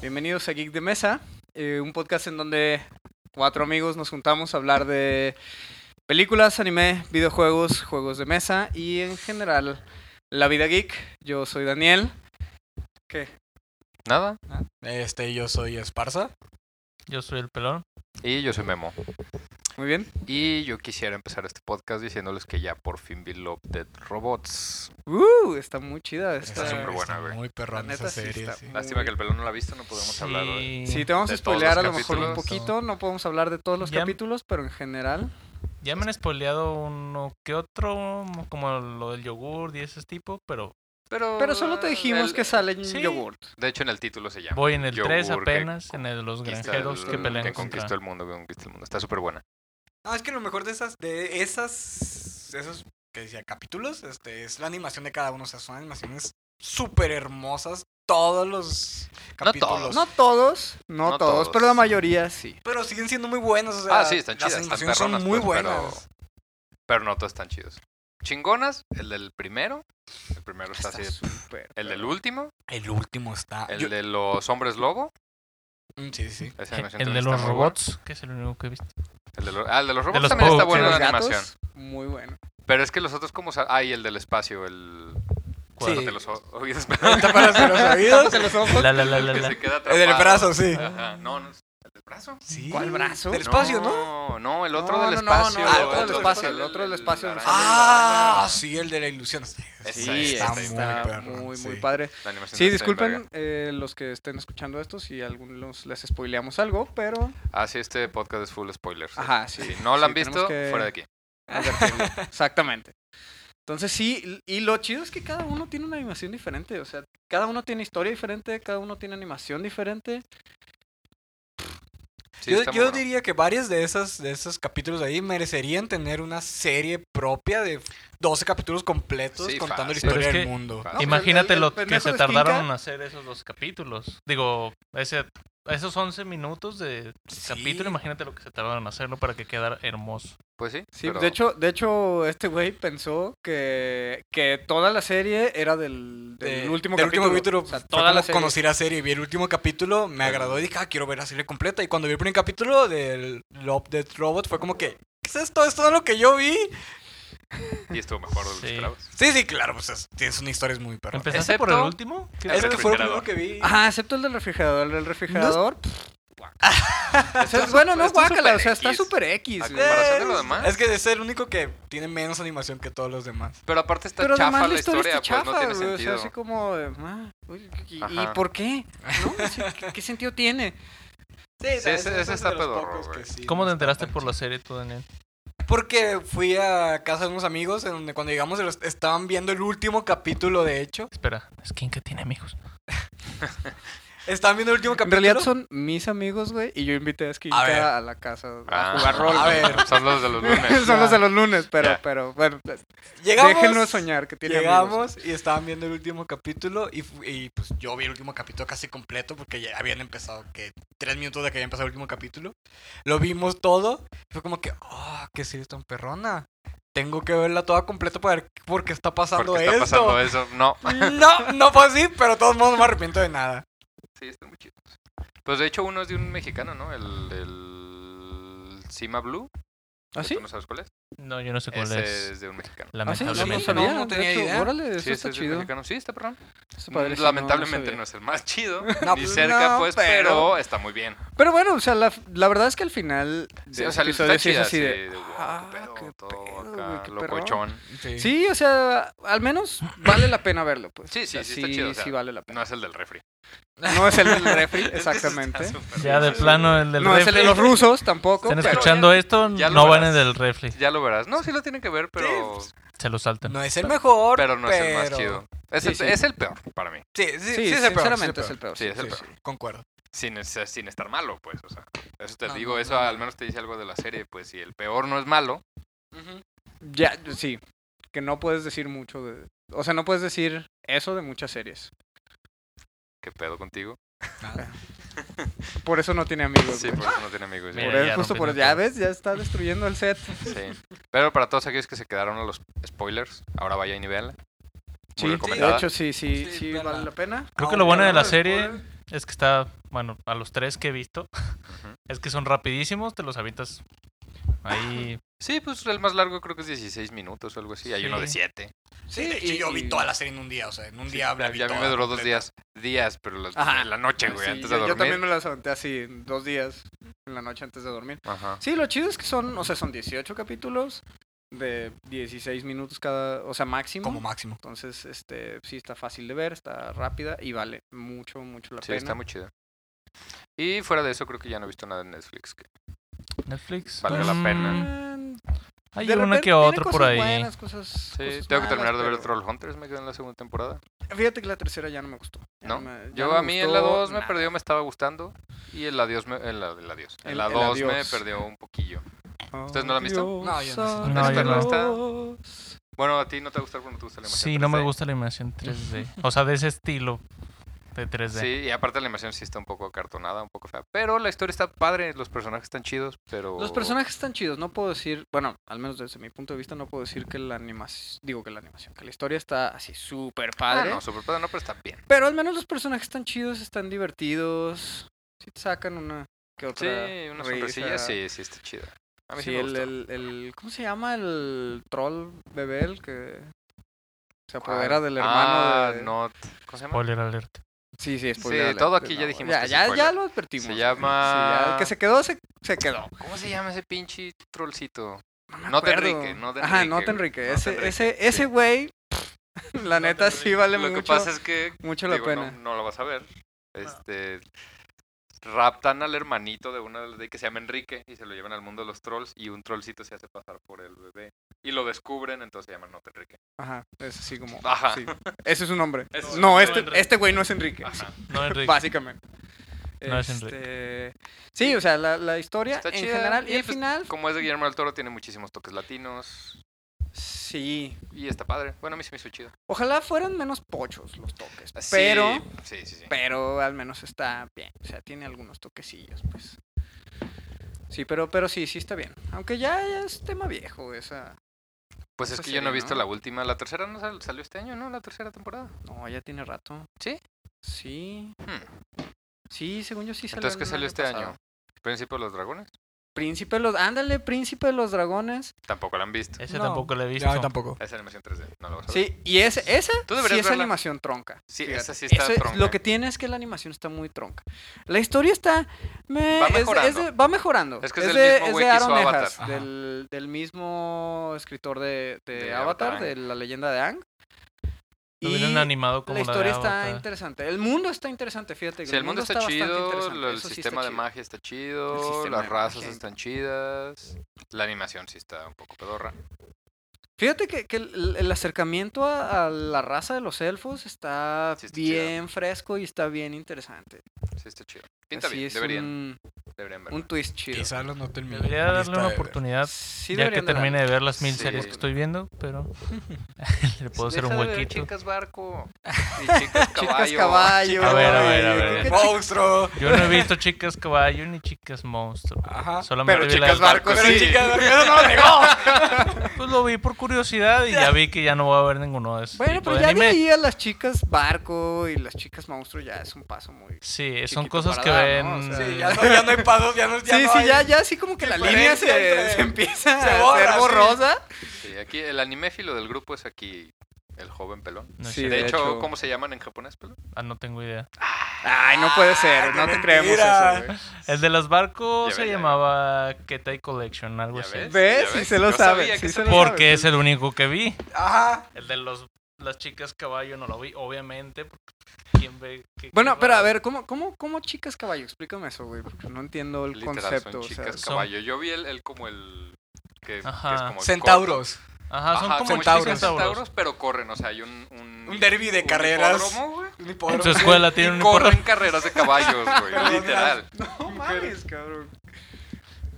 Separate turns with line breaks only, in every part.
Bienvenidos a Geek de Mesa, eh, un podcast en donde cuatro amigos nos juntamos a hablar de películas, anime, videojuegos, juegos de mesa y en general la vida geek. Yo soy Daniel. ¿Qué?
Nada.
Este, yo soy Esparza.
Yo soy el pelón.
Y yo soy Memo.
Muy bien.
Y yo quisiera empezar este podcast diciéndoles que ya por fin vi Love Dead Robots.
Uh, está muy chida
Está
esta.
súper buena, güey.
Muy
La
perrón
neta
esa
sí
serie.
está
sí.
muy-
Lástima que el pelón no la ha visto, no podemos hablar hoy.
Sí, te vamos a
De todos
spoilear a
los
lo mejor un
capítulos,
poquito, no podemos hablar de todos los
Ya-
capítulos, pero en general.
Ya me han spoileado uno que otro, como lo del yogur y ese tipo, pero
Pero,
Pero solo te dijimos
el-
que sale en
sí.
yogurt.
De hecho, en el título se llama.
voy en el 3
Yogur que
apenas, en el de los
Conquista
granjeros
el-
que pelean
que
contra-
conquistó el mundo, que conquistó el mundo. Está súper buena.
No, Ah, es que lo mejor de esas, de esas, esos que decía capítulos, este, es la animación de cada uno. O sea, son animaciones súper hermosas. Todos los capítulos.
todos.
No todos, no,
No
todos,
todos.
pero la mayoría sí.
Pero siguen siendo muy buenos. O sea,
Ah, sí, están chidas,
Las
están
animaciones
perronas,
son muy
pues, pero-
buenas.
Pero no todas están chidos. Chingonas, el del primero. El primero está,
Está
así.
súper.
El del último.
El último está.
El
yo-
de los hombres lobo.
Mm, Sí, sí.
esa
Eh,
animación
El de
también
los
está muy buena.
robots, que es el único que he visto.
El de los- ah, el de los robots
los
también está
Pogs.
buena
De
la
los gatos,
animación.
Muy bueno.
Pero es que los otros como... sa- Ah, y el del espacio, el...
¿Cuál?
Tápate los o- oídos.
Tápate los oídos.
Tápate los ojos.
La, la, la,
El
la,
que
la.
se queda
El del
atrapado.
brazo, sí.
Ajá, no, no. ¿El del brazo?
Sí.
¿Cuál brazo?
Del espacio,
No,
¿no?
no, el otro
No,
del
no, no, no,
espacio. Ah,
el otro del
espacio, el otro del espacio.
araña.
Ah, sí, el de la ilusión. Sí,
Sí,
está
está,
muy
muy,
perrón,
muy,
sí.
padre.
La animación
Sí,
está bien verga.
disculpen eh, los que estén escuchando esto si algunos les spoileamos algo, pero...
Ah, sí, este podcast es full spoilers.
Ajá, sí.
Si no lo han
sí, tenemos
visto,
que
fuera de aquí.
advertirlo. Exactamente. Entonces sí, y lo chido es que cada uno tiene una animación diferente, o sea, cada uno tiene historia diferente, cada uno tiene animación diferente.
Sí,
yo
está muy
yo
bueno.
diría que varias de esas de esos capítulos ahí merecerían tener una serie propia de 12 capítulos completos
Sí,
contando la
fácil.
historia
Pero es
del
que-
mundo.
Fácil.
pues,
Imagínate
el- el
lo
pendejo
que se
de
tardaron
Skinca.
en hacer esos dos capítulos. Digo, ese, esos 11 minutos de
Sí.
capítulo, imagínate lo que se tardaron en hacerlo para que quedara hermoso.
Pues sí.
Sí,
pero-
de hecho, de hecho este güey pensó que, que toda la serie era del, del
De-
último
del
capítulo. o sea,
fue
toda la
como
serie.
conocí la serie, vi el último capítulo, me agradó y dije, ah, quiero ver la serie completa. Y cuando vi el primer capítulo del Love Death Robot fue como que, ¿qué es esto? ¿Esto no es lo que yo vi?
Y estuvo mejor de lo que
Sí.
esperabas.
Sí, sí, claro, pues es- tienes una historia es muy perra.
¿Empezaste por el
Excepto-
último? ¿Qué-
el
Ese que fue el
refrigerador.
primero que vi.
Ajá, excepto el del refrigerador. El refrigerador. pff, guácala. O sea,
Está
bueno, no
súper- está
guácala, o
súper
sea, está
X.
súper X.
A
güey.
comparación de lo demás.
Es que es el único que tiene menos animación que todos los demás.
Pero aparte está
Pero
chafa
además
la historia,
está chafa,
pues no tiene
güey, o sea,
sentido.
así como, de, ah, uy, ¿y- ¿y,
Ajá.
por qué? ¿No? Sí, ¿qué, qué sentido tiene?
Sí, ese- ese está pedorro, güey.
¿Cómo te enteraste por la serie tú, Daniel?
Porque fui a casa de unos amigos en donde cuando llegamos los- estaban viendo el último capítulo, de hecho.
Espera, Skinka tiene amigos.
Estaban viendo el último
En
capítulo.
realidad son mis amigos, güey, y yo invité a Skinka
A ver.
a, la casa
Ah,
a jugar rol.
a ver.
Son los de los lunes.
Son los de los lunes, pero,
Ya.
pero bueno, pues,
Llegamos,
déjenlo soñar que tiene amigos.
Llegamos y estaban viendo el último capítulo y, fu- y, pues yo vi el último capítulo casi completo porque ya habían empezado, que tres minutos de que había empezado el último capítulo. Lo vimos todo y fue como que, oh, qué serie tan perrona. Tengo que verla toda completa para ver por qué está pasando
Porque está
esto.
pasando eso. No.
No, no fue así, pero de todos modos no me arrepiento de nada.
Sí, están muy chidos. Pues de hecho uno es de un mexicano, ¿no? El, el Cima Blue.
¿Ah,
que
sí?
¿Tú no sabes cuál es?
No, yo no sé cuál
Ese
es.
es de un mexicano.
¿Ah, sí? No,
Lamentablemente.
no sabía,
No, no
de
tenía
hecho,
idea.
Órale, eso está
Sí, ese es de un
chido.
mexicano. Sí, está perrón.
Está padre, sí, no, no
Lamentablemente
sabía.
no, es el más chido.
No,
ni
pues,
cerca,
no,
pues, pero...
pero-
está muy bien.
Pero bueno, o sea, la, la verdad es que al final de
Sí, o
ese
sea,
episodio
está
sí es
chida,
así
sí,
de...
de, wow,
"Ah,
qué pedo,
qué
todo
pedo,
acá,
güey, qué
locochón.
Sí, o sea, al menos vale la pena verlo, pues.
Sí, sí,
O sea,
sí está chido, o sea,
sí vale la
No
pena.
es el del refri.
No es el del refri, exactamente.
Está súper
Ya de
bien.
plano el del
No es el de los
refri.
rusos tampoco.
Están
pero-
escuchando esto,
ya lo
no van
verás.
en el refri.
Ya lo verás. No, sí lo tienen que ver, pero,
pues,
Se lo saltan.
No es el mejor,
pero no es el más
pero-
chido. Es,
Sí,
el,
sí.
es el peor para mí.
Sí, sí, sí,
Sí,
es el peor,
sinceramente
sí
es el peor.
Sí, es el
Sí,
peor.
sí, Concuerdo.
sin, es- eh, sin estar malo, pues, o sea. Eso te
No,
digo,
no,
eso
no,
al menos te dice algo de la serie, pues, si el peor no es malo,
Ya, sí. Que no puedes decir mucho de... O sea, no puedes decir eso de muchas series.
¿qué pedo contigo?
Por eso no tiene amigos.
Sí,
güey.
por eso no tiene amigos.
Por
ya.
Mira,
eso-
ya
justo por
rompimos
Ya
todo.
ves, ya está destruyendo el set.
Sí. Pero para todos aquellos que se quedaron a los spoilers, ahora vaya y veanla.
Sí, de
recomendada.
hecho, sí, sí, sí,
Sí,
vale
verla.
la pena.
Creo que
Aunque
lo bueno de la
hablamos
serie
spoiler,
es que está, bueno, a los tres que he visto, es que son rapidísimos, te los avientas ahí.
Sí, pues el más largo creo que es 16 minutos o algo así. Hay uno de
Sí.
7.
Sí, de hecho, yo vi toda la serie en un día, o sea, en un día la vi
ya a mí me
toda
duró dos
completa.
días. Días, pero las-
Ajá. Ah,
en la noche, güey,
Sí,
antes de
yo, yo
dormir.
también me las aventé así, dos días en la noche antes de dormir.
Ajá.
Sí, lo chido es que son, o sea, son 18 capítulos de 16 minutos cada, o sea, máximo.
Como máximo.
Entonces, este, sí está fácil de ver, está rápida y vale mucho, mucho la
Sí,
pena.
está muy chido. Y fuera de eso, creo que ya no he visto nada en Netflix. que-
Netflix.
Valga la
pues,
pena.
Mm,
Hay
de
una
repente
que
tiene
otra por
cosas
ahí.
buenas, cosas-
Sí,
cosas
pues, tengo que
malas,
terminar de ver
pero-
Trollhunters, me quedé en la segunda temporada.
Fíjate que la tercera ya no me gustó. ya
¿No?
me- ya no
Yo
me
a mí en
gustó
la 2 me
nada.
perdió, me estaba gustando. Y el adiós, me, el, ad- el adiós. En
El-
la
el
2 me
adiós.
perdió un poquillo. ¿Ustedes no la han visto?
No, yo no.
No, yo no.
Adiós.
Bueno, a ti no te gusta cuando te gusta la animación.
Sí, no me
3D.
gusta la animación 3D. O sea, de ese estilo de 3D.
Sí, y aparte la animación sí está un poco acartonada, un poco fea. Pero la historia está padre, los personajes están chidos, pero...
Los personajes están chidos, no puedo decir, bueno, al menos desde mi punto de vista no puedo decir que la animación, digo que la animación, que la historia está así súper
Ah,
padre,
no, super padre, no, pero está bien.
pero al menos los personajes están chidos, están divertidos, sí te sacan una que
Sí,
otra risa.
una sonrisilla, sí, sí está chida. A mí
Sí,
sí, me
el,
gustó.
el, el- ¿cómo se llama el troll bebé el que se apodera del hermano
Ah,
de...
no, ¿cómo se llama?
Spoiler alert.
Sí, sí, spoiler alert,
todo aquí ya
no,
dijimos
Ya,
que es
ya, ya
spoiler.
lo advertimos.
Se
güey. Sí,
llama-
ya, el que se quedó, se, se quedó.
¿Cómo se llama ese pinche trollcito?
me
No te
acuerdo.
enrique, no te
Ajá, no
enrique,
te
güey,
enrique.
no te
ese,
enrique,
ese,
sí.
ese güey, la neta sí vale
Lo
mucho,
que pasa es que,
mucho la
digo, no,
pena. Ah.
no lo vas a ver, este... Raptan al hermanito de una de que se llama Enrique y se lo llevan al mundo de los trolls y un trollcito se hace pasar por el bebé y lo descubren, entonces se llaman No te Enrique.
Ajá, es así como.
Ajá.
sí. Ese es su nombre.
Ese es su
no,
nombre.
este, este güey no es Enrique.
Ajá.
No, Enrique.
Básicamente.
No es
Enrique. Sí, o sea, la, la historia
Está
en
chida,
general y
y
al
pues-
final.
Como es de Guillermo del Toro, tiene muchísimos toques latinos
Sí.
y está padre. Bueno, a mí se me hizo chido.
Ojalá fueran menos pochos los toques.
Sí,
Pero.
Sí, sí, sí.
Pero al menos está bien. O sea, tiene algunos toquecillos, pues. Sí, pero, pero sí, sí está bien. Aunque ya, ya es tema viejo esa.
Pues es
esa
que yo no he
serie,
visto
¿no?
la última. La tercera no sal- salió este año, ¿no? La tercera temporada.
No, Oh, ya tiene rato.
¿Sí?
Sí.
Hmm.
Sí, según yo sí salió.
Entonces,
en
¿qué
el
salió este
pasado.
año? ¿Príncipe de los Dragones?
Príncipe de los... Ándale, Príncipe de los Dragones.
Tampoco la han
Eh.
visto.
Ese
No.
tampoco lo he visto.
Ya, tampoco.
Es animación 3D. No la vas a ver.
Sí, y ese, esa
Tú
sí
deberías
es
verla.
animación tronca.
Sí,
fíjate.
esa sí está
Eso es-
tronca.
Lo que tiene es que la animación está muy tronca. La historia está... me-
Va
es de- es
mejorando.
de- va mejorando.
Es que es del
de,
mismo
es
güey
de
que hizo
Aaron
Avatar.
Ejas,
Ajá.
del, del mismo escritor de, de
De
Avatar,
Avatar, Aang.
de la leyenda de Ang.
Lo hubieran animado como
La
la, de
historia está
Avatar.
interesante. El mundo está interesante, fíjate. que
Sí, el mundo está,
bastante
chido,
interesante,
lo- el
eso sí está
sistema de
chido.
magia está chido,
sistema
las
de
razas
magia.
están chidas, la animación sí está un poco pedorra.
Fíjate que, que el, el acercamiento a, a la raza de los elfos está,
Sí, está chido.
bien fresco y está bien interesante.
Sí está chido. Pinta
Así
bien,
es
deberían,
un,
deberían verla.
un twist chido.
Quizá los no termine.
Debería
mi
darle
lista
una
de ver.
oportunidad.
Sí
ya que
deberían de
termine
darle.
de ver las mil
Sí.
series que estoy viendo, pero le puedo hacer un
Deja de ver
huequito.
chicas barco y chicas caballo.
Chicas caballo.
A ver, a ver, a
y-
ver.
¿qué chi-
¡Monstruo!
Yo no he visto chicas caballo ni chicas monstruo.
Ajá.
Solamente
Ah, Pero
vi la
chicas
del barco.
barco
Pero
sí.
chicas, eso no lo negó.
Pues lo vi por curiosidad y ya vi que ya no voy a ver ninguno de esos.
Bueno,
tipos
pero
de
ya de
pues, anime.
ahí a las chicas barco y las chicas monstruo ya es un paso muy...
Sí, son
chiquito
cosas
para
que
dar,
ven.
¿no? O sea,
Sí, ya no, ya no hay pasos, ya no, ya
sí,
no
sí,
hay-
ya, ya así como que la línea se,
diferencia entre-
se empieza
se
a
borra,
hacer
sí.
borrosa.
Sí, aquí el animéfilo del grupo es aquí el joven pelón.
No es
Sí,
De,
cierto.
de
hecho,
hecho.
¿cómo se llaman en japonés, pelón?
Ah, no tengo idea.
Ay, no puede ser,
Ah,
qué
no te creemos
mentira.
eso, güey.
El de los barcos
Ya
se
ve, ya ve.
llamaba Ketai Collection, algo
¿Ya
así.
ves?
¿Ves?
¿Ya
Sí se lo
Yo
sabe,
sabía
sí
que
se
se
lo
lo
Porque es el único que vi.
Ajá.
El de los, las chicas caballo no lo vi, obviamente. porque ¿Quién ve que-
Bueno,
que-
pero a ver, ¿cómo, cómo, cómo chicas caballo? Explícame eso, güey, porque no entiendo el
Literal,
concepto.
son
o sea,
chicas
son-
caballo. Yo vi el, el como el... Que, que es
Ajá.
como el
Centauros.
corto.
Ajá, Ah, son
Ajá,
como
son
centauros.
centauros.
chicos centauros, pero corren, o sea, hay un... Un,
Un derbi de carreras.
hipódromo, güey,
Un
En
hipódromo.
su escuela
Y
tienen un
corren
hipódromo.
carreras de caballos, güey, literal.
No mames, cabrón.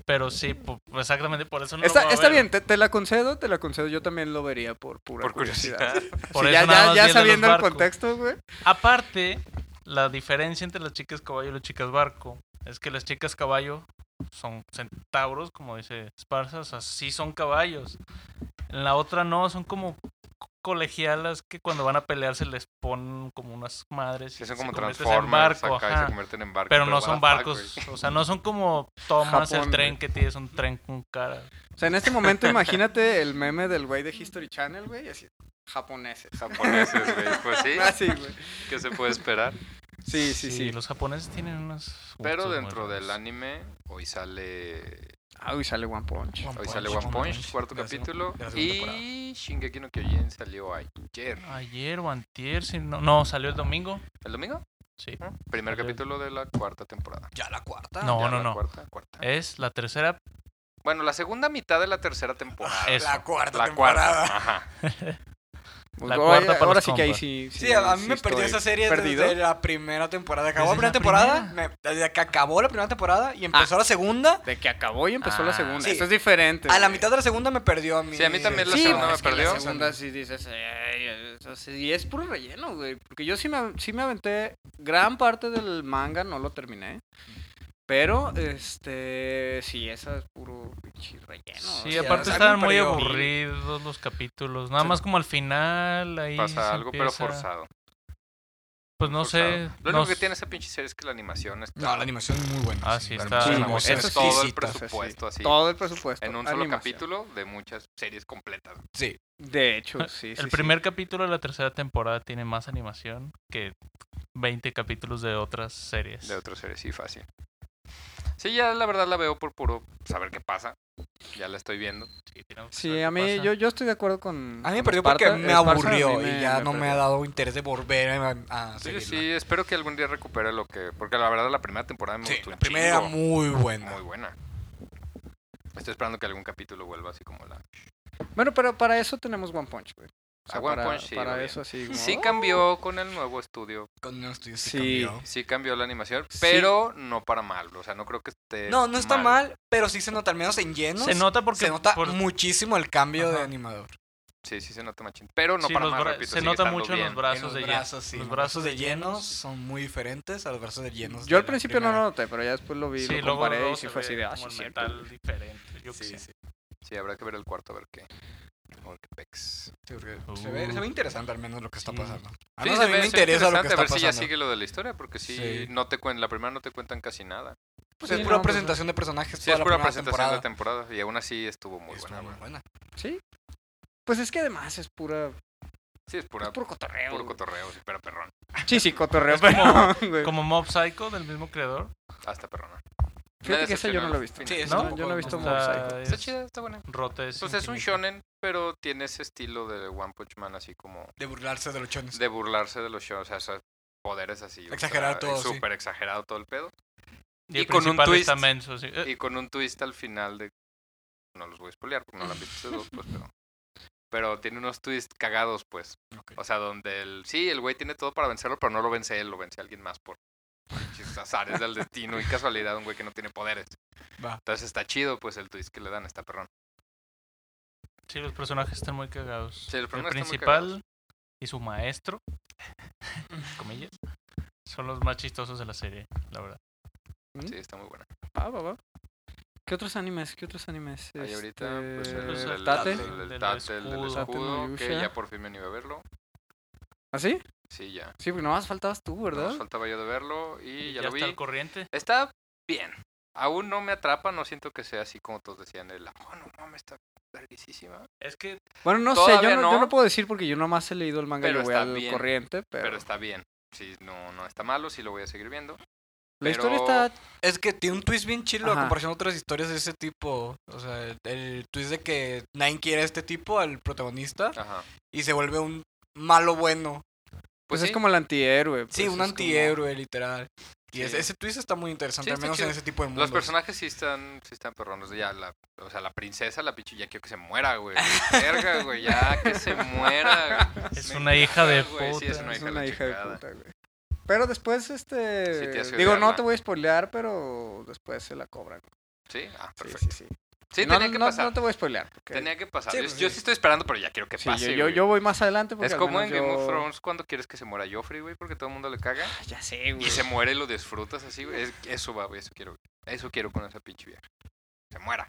Pero sí, po- exactamente por eso no lo
Está,
voy a
está
ver.
bien, te, te la concedo, te la concedo. Yo también lo vería por pura
Por
curiosidad.
curiosidad.
Por
Sí,
eso
ya
nada
ya, ya
más vi el de los
sabiendo el
barcos.
contexto, güey.
Aparte, la diferencia entre las chicas caballo y las chicas barco es que las chicas caballo son centauros, como dice Esparza, o sea, sí son caballos. En la otra no, son como colegialas que cuando van a pelear se les ponen como unas madres.
Sí,
y
son
se
como
convierten
Transformers, acá, y
ajá.
se convierten en barcos.
Pero no son
what the fuck,
barcos,
güey.
o sea, no son como Thomas
Japón,
el tren
güey.
que tienes un tren con cara.
O sea, en este momento imagínate el meme del güey de History Channel, güey, así, japoneses.
Japoneses, güey, pues sí,
Así, güey.
¿qué se puede esperar?
Sí, sí, sí.
Los japoneses tienen unas.
Pero
gustos muy
dentro del
raros.
anime, hoy sale
Ah, uy, sale One Punch.
Hoy sale One Punch, cuarto
de la seg-
capítulo.
de la segunda temporada.
Y Shingeki no Kyojin salió ayer.
Ayer o antier, si no, no, salió el domingo.
¿El domingo?
Sí.
¿no? Primer
Ayer.
capítulo de la cuarta temporada.
Ya la cuarta.
No,
Ya
no, Eh.
la
no.
Cuarta, cuarta.
Es la tercera.
Bueno, la segunda mitad de la tercera temporada.
eso.
La cuarta
La
temporada.
cuarta. Ajá.
La
Ahora-
cuarta para
ahora
los
sí que ahí
compas.
sí.
Sí, a a mí me
estoy
perdió esa serie
perdido.
desde la primera temporada. Acabó
Desde
la primera
la
temporada, me- desde que acabó la primera temporada y empezó la segunda.
De que acabó y empezó la
Ah,
segunda.
sí.
Eso es diferente.
A la
güey.
mitad de la segunda me perdió a mí.
Sí, a mí también la
Sí,
segunda
güey,
me
es que la
perdió.
segunda sí dices, "Ey, eso sí", y es puro relleno, güey. Porque yo sí me, sí me aventé gran parte del manga, no lo terminé. Pero, este, sí, esa es puro pinche relleno.
Sí,
o sea,
aparte
sí,
estaban
algo
muy
perdió.
aburridos los capítulos. Nada más como al final ahí. se
Pasa algo, pero
empieza-
forzado.
Pues no sé.
forzado. Lo
no
único que
sé.
tiene esa pinche serie es que la animación está.
No, la animación es muy buena.
Ah, sí, está-
Sí,
Sí,
la
güey,
animación
eso
es todo el
sí, o sea, sí.
presupuesto así.
Todo el presupuesto.
En un solo
animación.
capítulo de muchas series completas.
Sí.
De hecho, sí. sí, sí.
el primer capítulo de la tercera temporada tiene más animación que 20 capítulos de otras series.
De otras series, sí, fácil. Sí, ya la verdad la veo por puro saber qué pasa. Ya la estoy viendo.
Sí, tenemos que
Sí,
saber
a
qué
mí,
pasa.
yo, yo estoy de acuerdo con.
A mí me
con
perdió porque
Esparta.
me
Esparza a mí
aburrió y ya no me
perdió.
ha dado interés de volver a, a
Sí,
seguirla.
sí, espero que algún día recupere lo que. Porque la verdad, la primera temporada me
Sí,
gustó
la
un
primera era
chingo.
muy buena.
muy buena. Estoy esperando que algún capítulo vuelva así como la.
Bueno, pero para eso tenemos One Punch, güey. O sea,
Ah, One
para,
Punch sí,
para
va bien.
eso así. como,
Sí cambió con el nuevo estudio.
Con unos estudios sí,
Sí.
cambió.
Sí cambió la animación,
Sí.
pero no para mal. O sea, no creo que esté.
No, no está mal. pero sí se nota, al menos en llenos.
Se nota porque.
se nota
por-
muchísimo el cambio de
Ajá.
animador.
Sí, sí se nota machín. Pero no
sí,
para
los
mal,
bra-
repito.
se
sigue
nota
estando
mucho en los
bien.
brazos
En los
de lleno.
brazos, sí.
Los
Los
brazos
brazos de
de llenos.
llenos son muy diferentes a los brazos de llenos.
Yo
de
al
la
principio no lo
primera.
noté, pero ya después lo vi,
Sí,
lo
luego,
comparé
luego
y sí
se
fue
ve
así de. Ah,
como
sí,
el
cierto,
metal
güey".
diferente. Yo qué
Sí,
sé.
sí.
Sí, habrá que ver el cuarto a ver qué. A ver qué pex.
Sí, porque se, ve,
Uh.
se ve interesante al menos lo que está
Sí.
pasando. A
Sí,
menos
se
a mí
ve- se
me
ve
interesa lo que
interesante,
está
A ver si ya
pasando.
sigue lo de la historia, porque sí,
Sí.
no te cuen- la primera no te cuentan casi nada.
Pues
Sí,
es
no,
pura
pues,
presentación de personajes.
Sí,
toda
es
la
pura
primera
presentación de temporada y aún así estuvo muy
Estuvo
buena.
muy
güey.
buena.
Sí. Pues es que además es pura.
Sí, es pura,
es puro cotorreo.
puro
güey.
cotorreo, sí, pero perrón.
Sí, sí, cotorreo,
Es como-
pero. güey.
Como Mob Psycho, del mismo creador.
Hasta perrona.
Fíjate que esa yo no la he visto.
Sí,
¿No?
eso
Yo no he visto
visto
Mob
Está-
Psycho.
Está
es
chida, está buena.
Rote es
Pues es un
infinito.
shonen, pero tiene ese estilo de One Punch Man así como
De burlarse de los chones.
de burlarse de los shows, o sea, esos poderes así. ultra-
Exagerar todo, sí.
Súper exagerado todo el pedo.
Y,
Y con un
principal está
twist.
menso, sí. Eh,
Y con un twist al final de... No los voy a spoilear porque no la han visto ustedes dos, pues, pero... Pero tiene unos twists cagados, pues.
Ok.
O sea, donde el... Sí, el güey tiene todo para vencerlo, pero no lo vence él, lo vence alguien más por pinches azares del destino y casualidad, un güey que no tiene poderes.
Va.
Entonces está chido, pues, el twist que le dan, está perrón.
Sí, los personajes están muy cagados.
Sí, los personajes están muy
principal
cagados.
y su maestro, comillas, son los más chistosos de la serie, la verdad.
¿Mm?
Sí, está muy buena.
Va, va, va. ¿Qué otros animes? ¿Qué otros animes?
Ahí ahorita, pues,
Este,
el,
Pues,
el-
el
Tate.
el- el-
Del
el Tate, el del
escudo.
Tate no
escudo, que
Yusha.
ya por fin me animé a verlo.
¿Ah, sí?
Sí, ya.
Sí, porque nomás faltabas tú, ¿verdad?
Nos faltaba yo de verlo y ya,
ya
lo vi.
está al corriente.
Está bien. Aún no me atrapa, no siento que sea así como todos decían. El, oh, no mames, está larguísima.
Es que
Bueno, no sé,
Todavía
yo no, yo
no.
no puedo decir porque yo nomás he leído el manga y
Pero
yo voy
está
al
bien.
corriente, pero,
Pero... está bien. Sí, no, no está malo, sí lo voy a seguir viendo.
la historia
pero- pues
está...
Es que tiene un twist bien chilo a
Ajá.
comparación a otras historias de ese tipo. O sea, el, el twist de que nadie quiere a este tipo, al protagonista,
Ajá.
y se vuelve un malo bueno.
Pues, es
sí,
como el antihéroe.
Sí,
pues,
un
es como-
antihéroe, literal. Y ese,
Sí.
ese twist está muy
Sí,
interesante, al
está
menos en
chido.
ese tipo de mundos.
Los personajes sí están, sí están perronos. Ya la, o sea, la princesa, la pichu, ya quiero que se muera, güey. Verga, güey, ya que se muera. güey.
Es
Me
una hija de
encanta, güey, sí, es
puta.
una
Es
Es
hija,
una
de,
hija de
chingada.
puta, güey. Pero después,
Sí, te
este.
hace
digo, no
odiarla.
te voy a spoilear, pero después se la cobran.
Sí, ah,
Sí,
perfecto.
sí, sí.
Sí,
no,
tenía que
no-
pasar.
no te voy a spoilear. porque-
Tenía que pasar.
Sí,
yo,
pues,
yo
sí.
sí estoy esperando, pero ya quiero que
Sí,
pase.
yo, yo,
güey.
yo voy más adelante porque.
es
al
como en
menos
Game of
yo-
Thrones cuando quieres que se muera Joffrey, güey, porque todo el mundo le caga.
Ah, ya sé, güey.
Y se muere y lo disfrutas así, güey. Es- eso va, güey, eso quiero. güey. Eso quiero con esa pinche vieja. Se muera.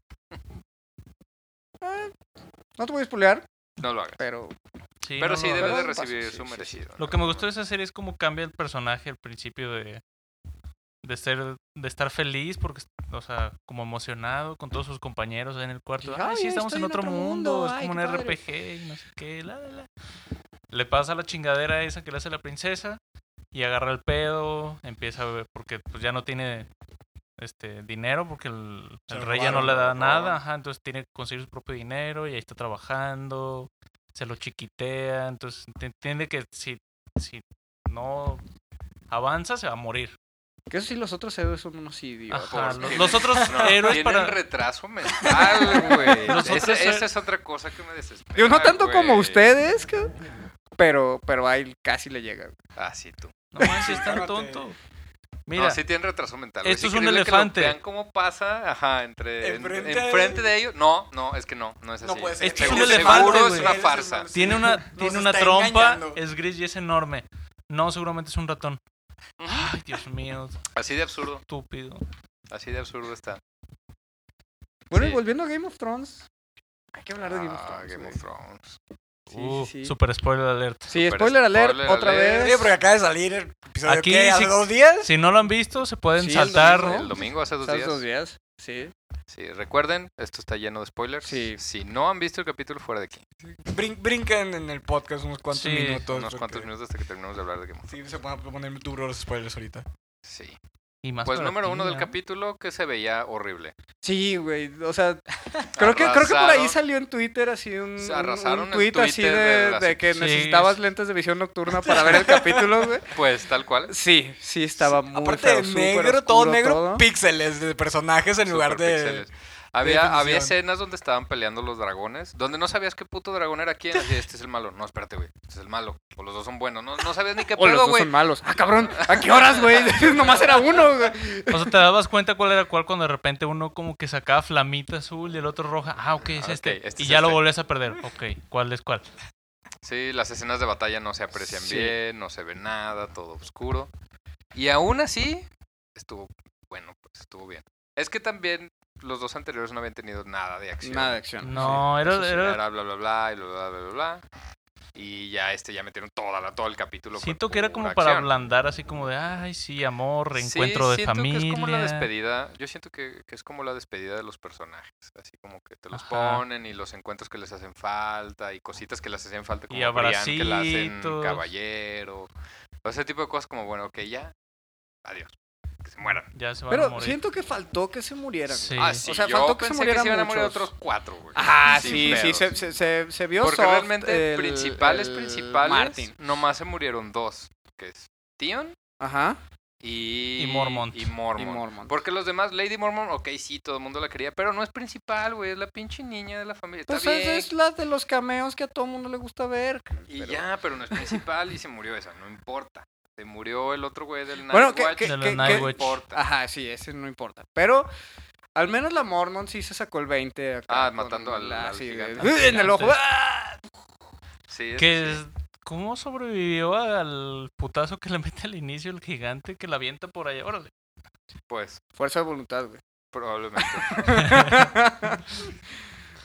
No te voy a spoilear,
No lo hagas.
pero.
Sí,
Pero
no
sí,
lo
debe
hagas.
de
hagas.
recibir
Sí, sí,
su
sí.
merecido.
Lo
¿no?
que me gustó de esa serie es cómo cambia el personaje al principio de, de ser de estar feliz porque o sea, como emocionado con todos sus compañeros ahí en el cuarto.
Y,
Ay,
"Ay,
sí, estamos
estoy
en otro mundo, es
ay,
como un
qué padre".
RPG y no sé qué, la, la, la. Le pasa la chingadera esa que le hace la princesa y agarra el pedo, empieza a beber porque pues ya no tiene este dinero porque el,
Se
el
lo
rey ya no
robaron,
le
lo
da nada,
robaron.
ajá, entonces tiene que conseguir su propio dinero y ahí está trabajando, se lo chiquitea, entonces te- entiende que si, si no avanza se va a morir.
Que eso sí, los otros héroes son unos idiotas.
Ajá,
¿por
lo-
qué?
los otros
No,
héroes
tienen
para...
retraso mental, güey.
Los
Ese-
otros-
Esa es otra cosa que me desespera.
Digo, no tanto como
ah, güey.
ustedes, que- pero, pero ahí casi le llega. güey.
Ah, sí, tú.
No manches, tan
Cálmate.
tonto.
Mira,
Mira,
no, sí tienen retraso mental. güey.
esto es un
increíble que lo
elefante.
Vean cómo pasa, ajá, entre. en-
Enfrente
Enfrente,
a él.
de ellos. No, no, es que no, no es así.
No puede ser.
Esto es un
Seguro-
elefante,
Seguro es
güey.
una farsa.
tiene una, tiene una
está
trompa,
engañando.
es gris y es enorme. No, seguramente es un ratón. Ay, Dios mío,
Así de absurdo,
estúpido.
así de absurdo está.
Bueno, y
Sí.
volviendo a Game of Thrones. Hay que hablar de Game of
Ah,
Thrones.
Game
güey.
of Thrones.
Sí,
Uh,
sí, sí.
Super spoiler alert.
Sí,
Super
spoiler alert,
spoiler
otra
alert.
vez.
Sí, porque acaba de salir el episodio
Aquí
¿qué? hace
sí-
dos días.
Si no lo han visto, se pueden
Sí, el
saltar.
domingo,
El domingo hace dos
Estás
días.
dos días. Sí.
Sí, recuerden, esto está lleno de spoilers.
Sí.
Si no han visto el capítulo, fuera de aquí.
Brin- brincan en el podcast unos cuantos
Sí,
minutos.
Unos cuantos
porque-
minutos hasta que terminemos de hablar de Game of Thrones.
Sí, se van a poner duros los spoilers ahorita.
Sí.
Y más
Pues
para
número
ti,
uno del
¿no?
capítulo que se veía horrible.
Sí, güey. O sea, creo que, creo que por ahí
Arrasaron.
salió en Twitter así un,
Se
un
arrasaron el
tweet así de,
Twitter de la
de que
Sí.
necesitabas lentes de visión nocturna para ver el capítulo, güey.
Pues tal cual.
Sí, sí, estaba muy
Aparte
feo,
de
súper
negro, todo
oscuro
negro,
todo.
píxeles de personajes en lugar de.
Superpíxeles. Había, había
definición.
escenas donde estaban peleando los dragones, donde no sabías qué puto dragón era quién. Así, este es el malo. No, espérate, güey. Este es el malo. O los dos son buenos. No, no sabías ni qué
O los
pedo,
dos
güey.
son malos. Ah, cabrón, ¿a qué horas, güey? Nomás era uno, güey.
O sea, te dabas cuenta cuál era cuál cuando de repente uno como que sacaba flamita azul y el otro roja. Ah, ok, es
Ah, ok,
este.
este
y
es
ya lo
este.
volvías a perder. Ok, ¿cuál es cuál?
Sí, las escenas de batalla no se aprecian
Sí.
bien, no se ve nada, todo oscuro. Y aún así, estuvo bueno, pues estuvo bien. Es que también los dos anteriores no habían tenido nada de acción.
Nada de acción.
No,
Eso
era,
sí,
era-
era bla bla bla y bla bla bla bla. bla. Y ya este ya metieron toda la, todo el capítulo. con
Siento que era como
pura
para
acción.
ablandar así como de, ay, sí, amor, reencuentro
Sí,
de
siento
familia.
Que es como la despedida. Yo siento que, que es como la despedida de los personajes. Así como que te los
Ajá.
ponen y los encuentros que les hacen falta y cositas que les hacen falta. Como
Y
Brian, que la hacen
abracitos.
caballero. O ese tipo de cosas como, bueno, ok, ya. Adiós. Que se mueran.
Ya se van a
Pero
morir.
siento que faltó que se murieran.
Sí.
Ah, sí,
O sea,
yo
faltó que se
pensé
murieran
se iban a morir
muchos.
otros cuatro, güey.
Ah,
Sin
sí, sí,
pedos.
se, se, se, se vio
Porque
soft
realmente
el-
principales,
el
principales,
Martin.
nomás se murieron dos, que es Tion
Ajá.
y...
Y Mormont.
Y Mormont.
Y Mormont.
Porque los demás, Lady Mormon, ok, sí, todo el mundo la quería, pero no es principal, güey, es la pinche niña de la familia. Está
Pues
bien,
esa es la de los cameos que a todo mundo le gusta ver.
y
pero-
ya, pero no es principal y se murió esa, no importa. Se murió el otro güey del Night
Bueno, que-
Watch,
que-
De la
que-
Night
que-
no
Watch.
importa.
Ajá, sí, ese no importa. Pero al menos la Mormon sí se sacó el 20. acá
Ah,
con
matando al-
la-
al
sí,
gigante.
de- ¡Uy! en el ojo.
Gigante.
¡Ah!
Sí, eso
Que
sí.
es- ¿Cómo sobrevivió al putazo que le mete al inicio el gigante que la avienta por allá? Órale.
Pues,
Fuerza de voluntad, güey.
probablemente.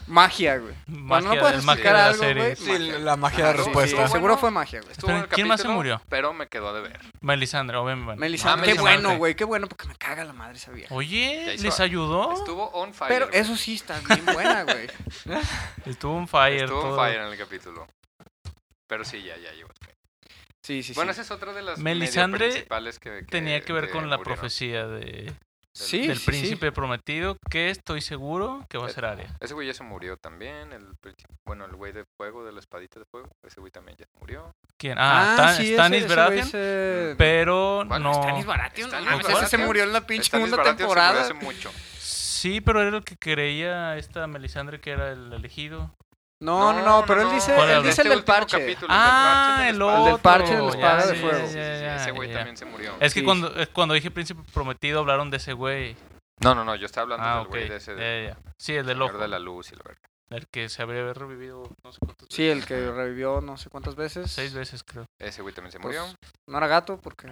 magia, güey. Cuando
Magia,
Pues no puedes
el magia
explicar
de la
algo,
serie.
güey.
Sí, la magia de
Ajá,
la
sí,
respuesta.
sí.
seguro fue magia, güey.
Estuvo en el
Espera, ¿quién más se
capítulo,
murió?
Pero me quedó de ver.
Melisandre, obviamente.
Melisandre,
Ah,
qué
Melisandre.
bueno, güey, qué bueno, porque me caga la madre esa vieja.
Ya
Oye,
hizo-
¿les ayudó? Estuvo,
Estuvo on fire.
Pero
güey.
eso sí está bien buena, güey.
un fire.
Estuvo on
todo.
fire en el capítulo. Pero sí, ya, ya llegó.
Sí, sí, sí.
Bueno, esa es otra de las medio
Melisandre
principales que,
Tenía que ver con la
murieron.
profecía de,
Sí,
del
sí,
príncipe prometido, que estoy seguro que va a
Eh,
ser Arya.
Ese güey ya se murió también. El, príncipe- bueno, el güey de fuego, de la espadita de fuego. Ese güey también ya se murió.
¿Quién? Ah, Stan-
sí, ese-
Stannis
ese güey
Baratheon,
se-
pero
Bueno,
no.
Stanis Baratheon,
Stanis
no mames, ese se
Baratheon.
murió en la pinche
Stannis
segunda
Baratheon se murió
temporada.
hace mucho.
Sí, pero era el que creía esta Melisandre que era el elegido.
No, no, no, pero él dice,
¿Cuál
él
habla?
dice el
Este
del
último
parche.
capítulo,
Ah,
del
el
parche de la espada.
otro.
del parche de la
Ya,
espada de
sí,
fuego.
ya,
Sí, sí,
ya,
sí,
ya,
ese güey
ya.
también se murió.
Es que
Sí.
cuando, eh, cuando dije príncipe prometido hablaron de ese güey.
No, no, no, yo estaba hablando
Ah,
del
ok.
güey de ese de
Ya, ya, ya. Sí, el del
Señor
ojo.
de la Luz y la verga.
El que se habría revivido no sé cuántas
Sí, el que revivió no sé cuántas veces.
veces. Seis veces, creo.
Ese güey también se
Pues,
murió.
No era gato porque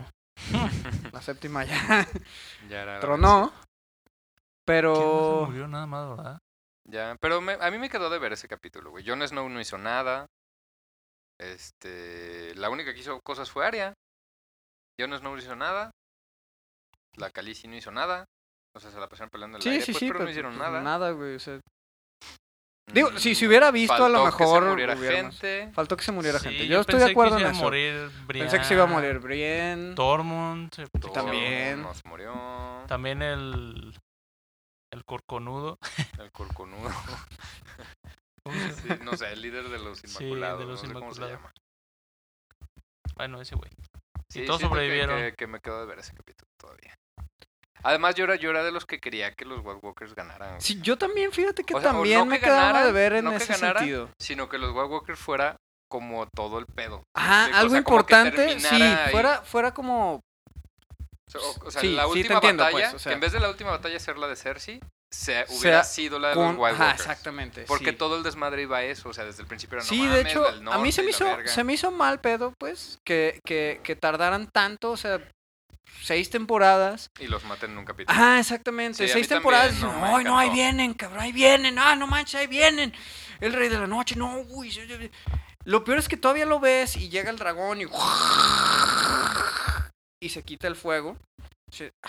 la séptima ya
ya era la
tronó.
¿Quién no
Pero
se murió nada más, verdad?
Ya, pero me- a mí me quedó de ver ese capítulo, güey. Jon Snow no hizo nada. Este, la única que hizo cosas fue Arya. Jon Snow no hizo nada. La Khaleesi no hizo nada. O sea, se la pasaron peleando en el
sí,
aire,
sí,
pues,
sí,
pero, no
pero
hicieron
pues,
nada.
Nada, güey. o sea, digo, si se
Mm,
hubiera visto, a lo
faltó que se
mejor
muriera
hubiera más.
gente.
faltó que se muriera
Sí,
gente. Yo, estoy de
pensé que
acuerdo en
se iba a
eso.
morir
Pensé que se iba a
Brienne,
morir Brienne.
Tormund. se-
Thor
también.
No se murió.
También el. El corconudo.
El corconudo. Sí, no sé, el líder de los
Sí, de
Inmaculados.
los
no sé cómo se
Inmaculados.
llama.
Bueno, ese güey.
Sí, siento
todos
que-
sobrevivieron.
Que, que me quedo de ver ese capítulo todavía. Además, yo era, yo era de los que quería que los White Walkers ganaran. güey.
Sí, yo también, fíjate que
O sea, o
también
no
me
que
quedaba de
ganaran,
ver en
no que
ese
ganaran.
sentido.
Sino que los White Walkers fuera como todo el pedo.
Ajá,
Sí, o
algo
sea, como que
importante, sí,
terminara ahí.
fuera, fuera como,
O sea, o- o sea,
Sí,
la
sí te
última
entiendo,
batalla,
pues, o sea.
que en vez de la última batalla ser la de Cersei, se hubiera sido la de los
con-
White
ajá,
Walkers.
exactamente.
Porque
sí.
todo el desmadre iba a eso, o sea, desde el principio era no
Sí, de
mames,
hecho,
del
a mí
norte
se me
y la
hizo,
verga.
se me hizo mal pedo, pues, que, que, que tardaran tanto, o sea, seis temporadas.
Y los maten en un capítulo.
Ajá, exactamente,
Sí, a mí
seis
también,
temporadas.
no,
dicen,
me
ay, no, ahí
encantó".
vienen, cabrón, ahí vienen, ah, no manches, ahí vienen. El rey de la noche, no, uy. se- se- se". Lo peor es que todavía lo ves y llega el dragón y... Y se quita el fuego. Sí, ah,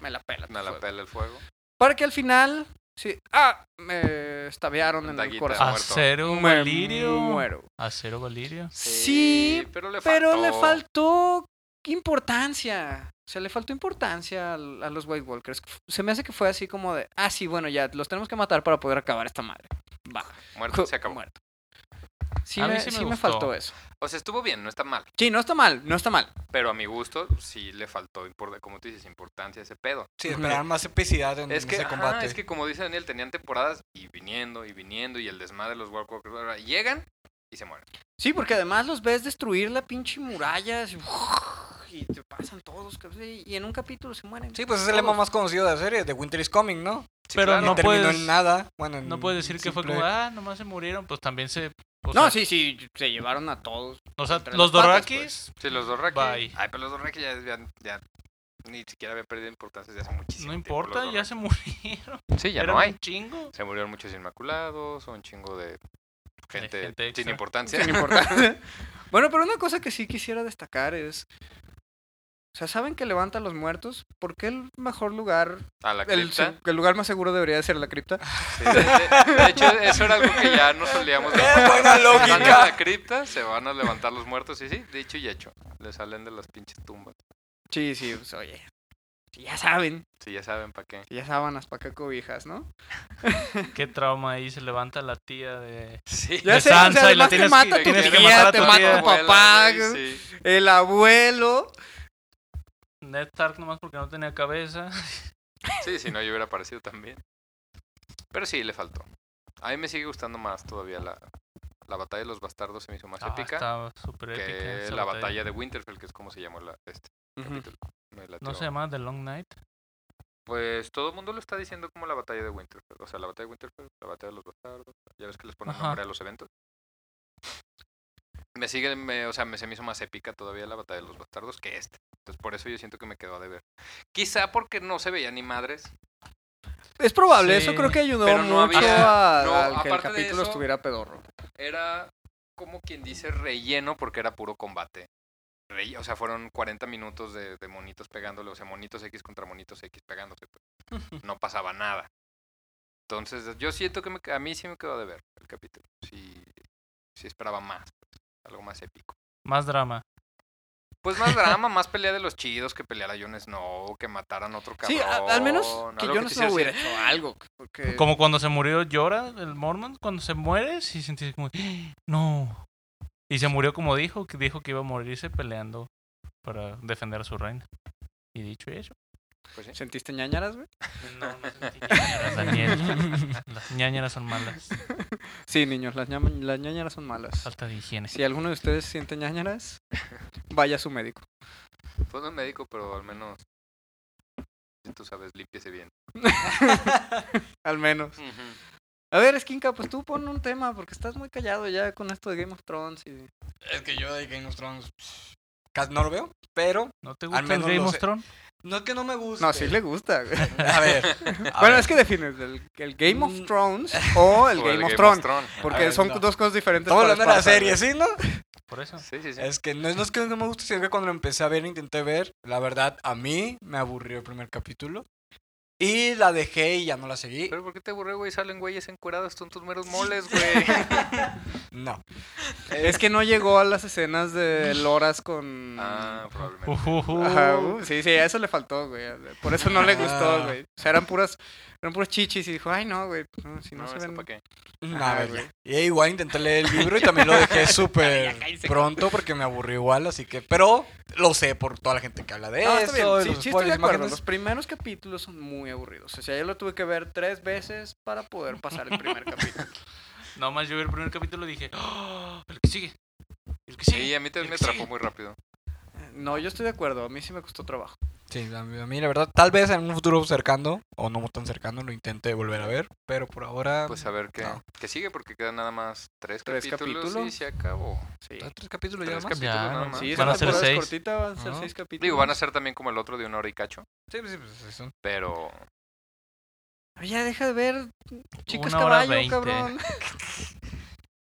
Me la pela. tu
Me la
fuego.
pela el fuego.
Para que al final, sí, ah, me estabearon en el
Daguita.
corazón.
muerto.
Acero
Me
Valirio.
muero.
Acero Valirio.
Sí,
pero le
pero
Eh, faltó.
le faltó importancia. O sea, le faltó importancia al- a, los White Walkers. Se me hace que fue así como de, ah, sí, bueno, ya, los tenemos que matar para poder acabar esta madre. Va.
Muerto se acabó.
Muerto. Sí,
A mí
me,
sí me
sí me
gustó.
faltó eso.
O sea, estuvo bien, no está mal.
Sí, no está mal, no está mal.
Pero a mi gusto sí le faltó, impor- como tú dices, importancia a ese pedo.
Sí,
Ujú.
esperaban más epicidad en,
Es
en
que,
ese
ajá,
combate.
es que como dice Daniel, tenían temporadas y viniendo y viniendo y el desmadre de los White Walkers. ahora Llegan y se mueren.
Sí, porque además los ves destruir la pinche muralla así, y te pasan todos. cabrón, Y en un capítulo se mueren.
Sí, pues es el lema más conocido de la serie, The Winter is Coming, ¿no?
Sí,
Pero
claro.
No
no
terminó
puedes-
en nada. Bueno,
Mm,
en
No puedes decir que fue
simple-
como, ah, nomás se murieron. Pues también se. o
No,
sea,
sí, sí, se llevaron a todos.
O sea,
entre las
los
patas, pues.
Dorakis
Sí, los dos Raki.
Bye.
Ay, pero los dos Raki ya, ya- ya ni siquiera había perdido importancia desde hace muchísimo
no
tiempo,
importa,
los
ya
Dothraki.
se murieron.
Sí, ya
Eran
no hay.
un chingo.
Se murieron muchos inmaculados, un chingo de gente,
gente
sin
extra.
importancia.
Sin importar. bueno, pero una cosa que sí quisiera destacar es. O sea, ¿saben que levanta a los muertos? ¿Por qué el mejor lugar,
A la
el,
cripta.
se- el lugar más seguro debería de ser la cripta?
Ah.
Sí, de, de- de hecho, eso era algo que ya no solíamos ver.
buena
Van a
lógica!
la cripta, se van a levantar los muertos, y sí, dicho y hecho. Le salen de las pinches tumbas.
Sí, sí, pues oye. si ya saben,
Si ya saben para qué.
si ya sábanas para qué cobijas, ¿no?
Qué trauma ahí. Se levanta la tía de.
Sí.
Ya
De
sé, o sea,
Sansa y la
además te
tienes
mata
que-
tu
tienes que
tía,
matar a
te
tu
mata
tía.
tu papá,
sí.
el abuelo.
Ned Stark nomás porque no tenía cabeza.
Sí, si no, yo hubiera aparecido también. Pero sí, le faltó. A mí me sigue gustando más todavía la, la batalla de los bastardos, se me hizo más
Ah,
épica
estaba súper
que
épica. esa
la batalla de Winterfell, que es como se llamó la, este capítulo. Me
No
latió.
se llamaba The Long Night.
Pues todo el mundo lo está diciendo como la batalla de Winterfell. O sea, la batalla de Winterfell, la batalla de los bastardos. Ya ves que les ponen
Ajá.
nombre a los eventos. Me sigue, me- o sea, me, se me hizo más épica todavía la batalla de los bastardos que este. Entonces por eso yo siento que me quedó de ver. Quizá porque no se veía ni madres.
Es probable,
Sí,
eso creo que ayudó
pero no
mucho
había-
a,
no,
al que el
aparte de
capítulo
eso-
estuviera pedorro.
Era como quien dice relleno porque era puro combate. Relle- o sea, fueron 40 minutos de, de monitos pegándole. O sea, monitos X contra monitos X pegándose. pues. No pasaba nada. Entonces yo siento que me que- a mí sí me quedó de ver el capítulo. Sí, sí esperaba más. pues, algo más épico.
Más drama.
Pues más drama, más pelea de los chidos, que pelear a Jon Snow, que mataran a otro cabrón.
Sí, a- al menos que
algo
yo no
te
se hubiera
hiciera
hecho algo. Porque...
Como cuando se murió llora el Mormon, cuando se muere, sí sentí como, "Ah, no. Y se murió como dijo, que dijo que iba a morirse peleando para defender a su reina. Y dicho y hecho.
sentir- pues sí.
¿Sentiste ñañaras, güey?
No, no sentí ñañaras, Daniel. Las ñañaras son malas.
Sí, niños, las, ñam- las ñañaras son malas.
Falta de higiene.
Si alguno de ustedes siente ñañaras, vaya a su médico.
Pues no es médico, pero al menos, si tú sabes, límpiese bien.
Al menos. A ver, Skinka, pues tú pon un tema, porque estás muy callado ya con esto de Game of Thrones. Y...
Es que yo de Game of Thrones pff, casi no lo veo, pero
¿No te gusta el
menos
Game
lo
of
sé.
Thrones?
no Pues es que no me guste.
No, sí le gusta, güey.
A ver. a
Bueno,
ver.
es que defines el, el Game of
Mm.
Thrones o el
O
Game of Thrones.
Thrones.
Porque
A ver,
son
no.
dos cosas diferentes.
Estamos
para
hablando de la
Esparta,
serie,
güey.
¿sí, no?
Por eso.
Sí, sí, sí.
Es que no, no es que no me guste, sino que cuando lo empecé a ver, intenté ver, la verdad, a mí me aburrió el primer capítulo. Y la dejé y ya no la seguí.
Pero ¿por qué te aburre, güey? Salen güeyes encuerados, son tus meros moles, güey.
No.
Es que no llegó a las escenas de Loras con.
ah, probablemente.
Ujujú.
Ajá, uh, sí, sí, a eso le faltó, güey. Por eso no le
Ah.
gustó, güey. O sea, eran puras, eran puras chichis y dijo, ay, no, güey, no, si no,
no,
se
¿eso
ven.
pa' qué?
No,
Ajá,
a ver,
Ah, güey.
ya. Y igual intenté leer el libro y también lo dejé súper
cállese.
pronto porque me aburrió igual, así que... Pero lo sé por toda la gente que habla de
No,
eso.
está bien,
de
sí,
los
sí estoy
spoilers,
de acuerdo.
imágenes.
Los primeros capítulos son muy aburridos. O sea, yo lo tuve que ver tres veces para poder pasar el primer capítulo.
No más yo vi el primer capítulo y dije, "Ah, el que sigue. El que sigue.
Sí, a mí también me
el que
atrapó
sigue".
muy rápido.
Eh, No, yo estoy de acuerdo. A mí sí me costó trabajo.
Sí, a mí, a mí, la verdad, tal vez en un futuro cercano, o no tan cercano, lo intente volver a ver, pero por ahora...
Pues a ver qué,
No.
qué sigue, porque quedan nada más tres,
Tres
capítulos, y
capítulos.
se acabó.
Sí.
¿Hay eh, tres capítulos ya
Tres
más?
capítulos
Ya,
nada
no,
más.
Sí,
Van
esa
a ser
temporada es
seis.
cortita, van a ser
Ajá.
seis capítulos.
Digo, van a ser también como el otro de una hora y cacho,
Sí, pues sí, pues sí, son-
pero...
Oye, ya deja de ver chicas
Una hora
caballo,
veinte.
cabrón.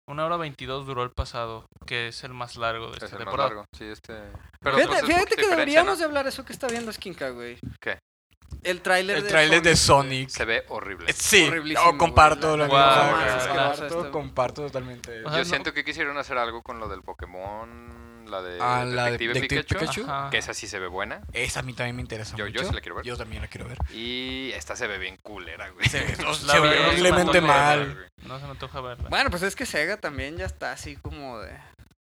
Una hora veintidós duró el pasado, que es el más largo Pues de
Es
esta
el más
temporada.
largo. Sí, este...
Fíjate, fíjate que deberíamos de hablar eso que está viendo Skinka, güey.
¿Qué?
El tráiler
El
de
tráiler de Sonic.
Se ve horrible.
Sí,
Horriblísimo,
no, comparto
güey.
lo mismo.
La neta,
o sea,
es
comparto,
asqueroso esto.
comparto totalmente.
O sea,
Yo
no-
siento que quisieron hacer algo con lo del Pokémon, la de
Ah, la de
Detective
Detective
Pikachu,
Pikachu.
Ajá.
que esa sí se ve buena,
Esa a mí también me interesa
Yo- yo
mucho.
sí la quiero ver.
Yo también la quiero ver.
y esta se ve bien culera, güey.
Se ve,
La
se ve
verdad,
horriblemente
se me antoja
mal.
güey.
No se me antoja verla.
Bueno, pues es que Sega también ya está así como de.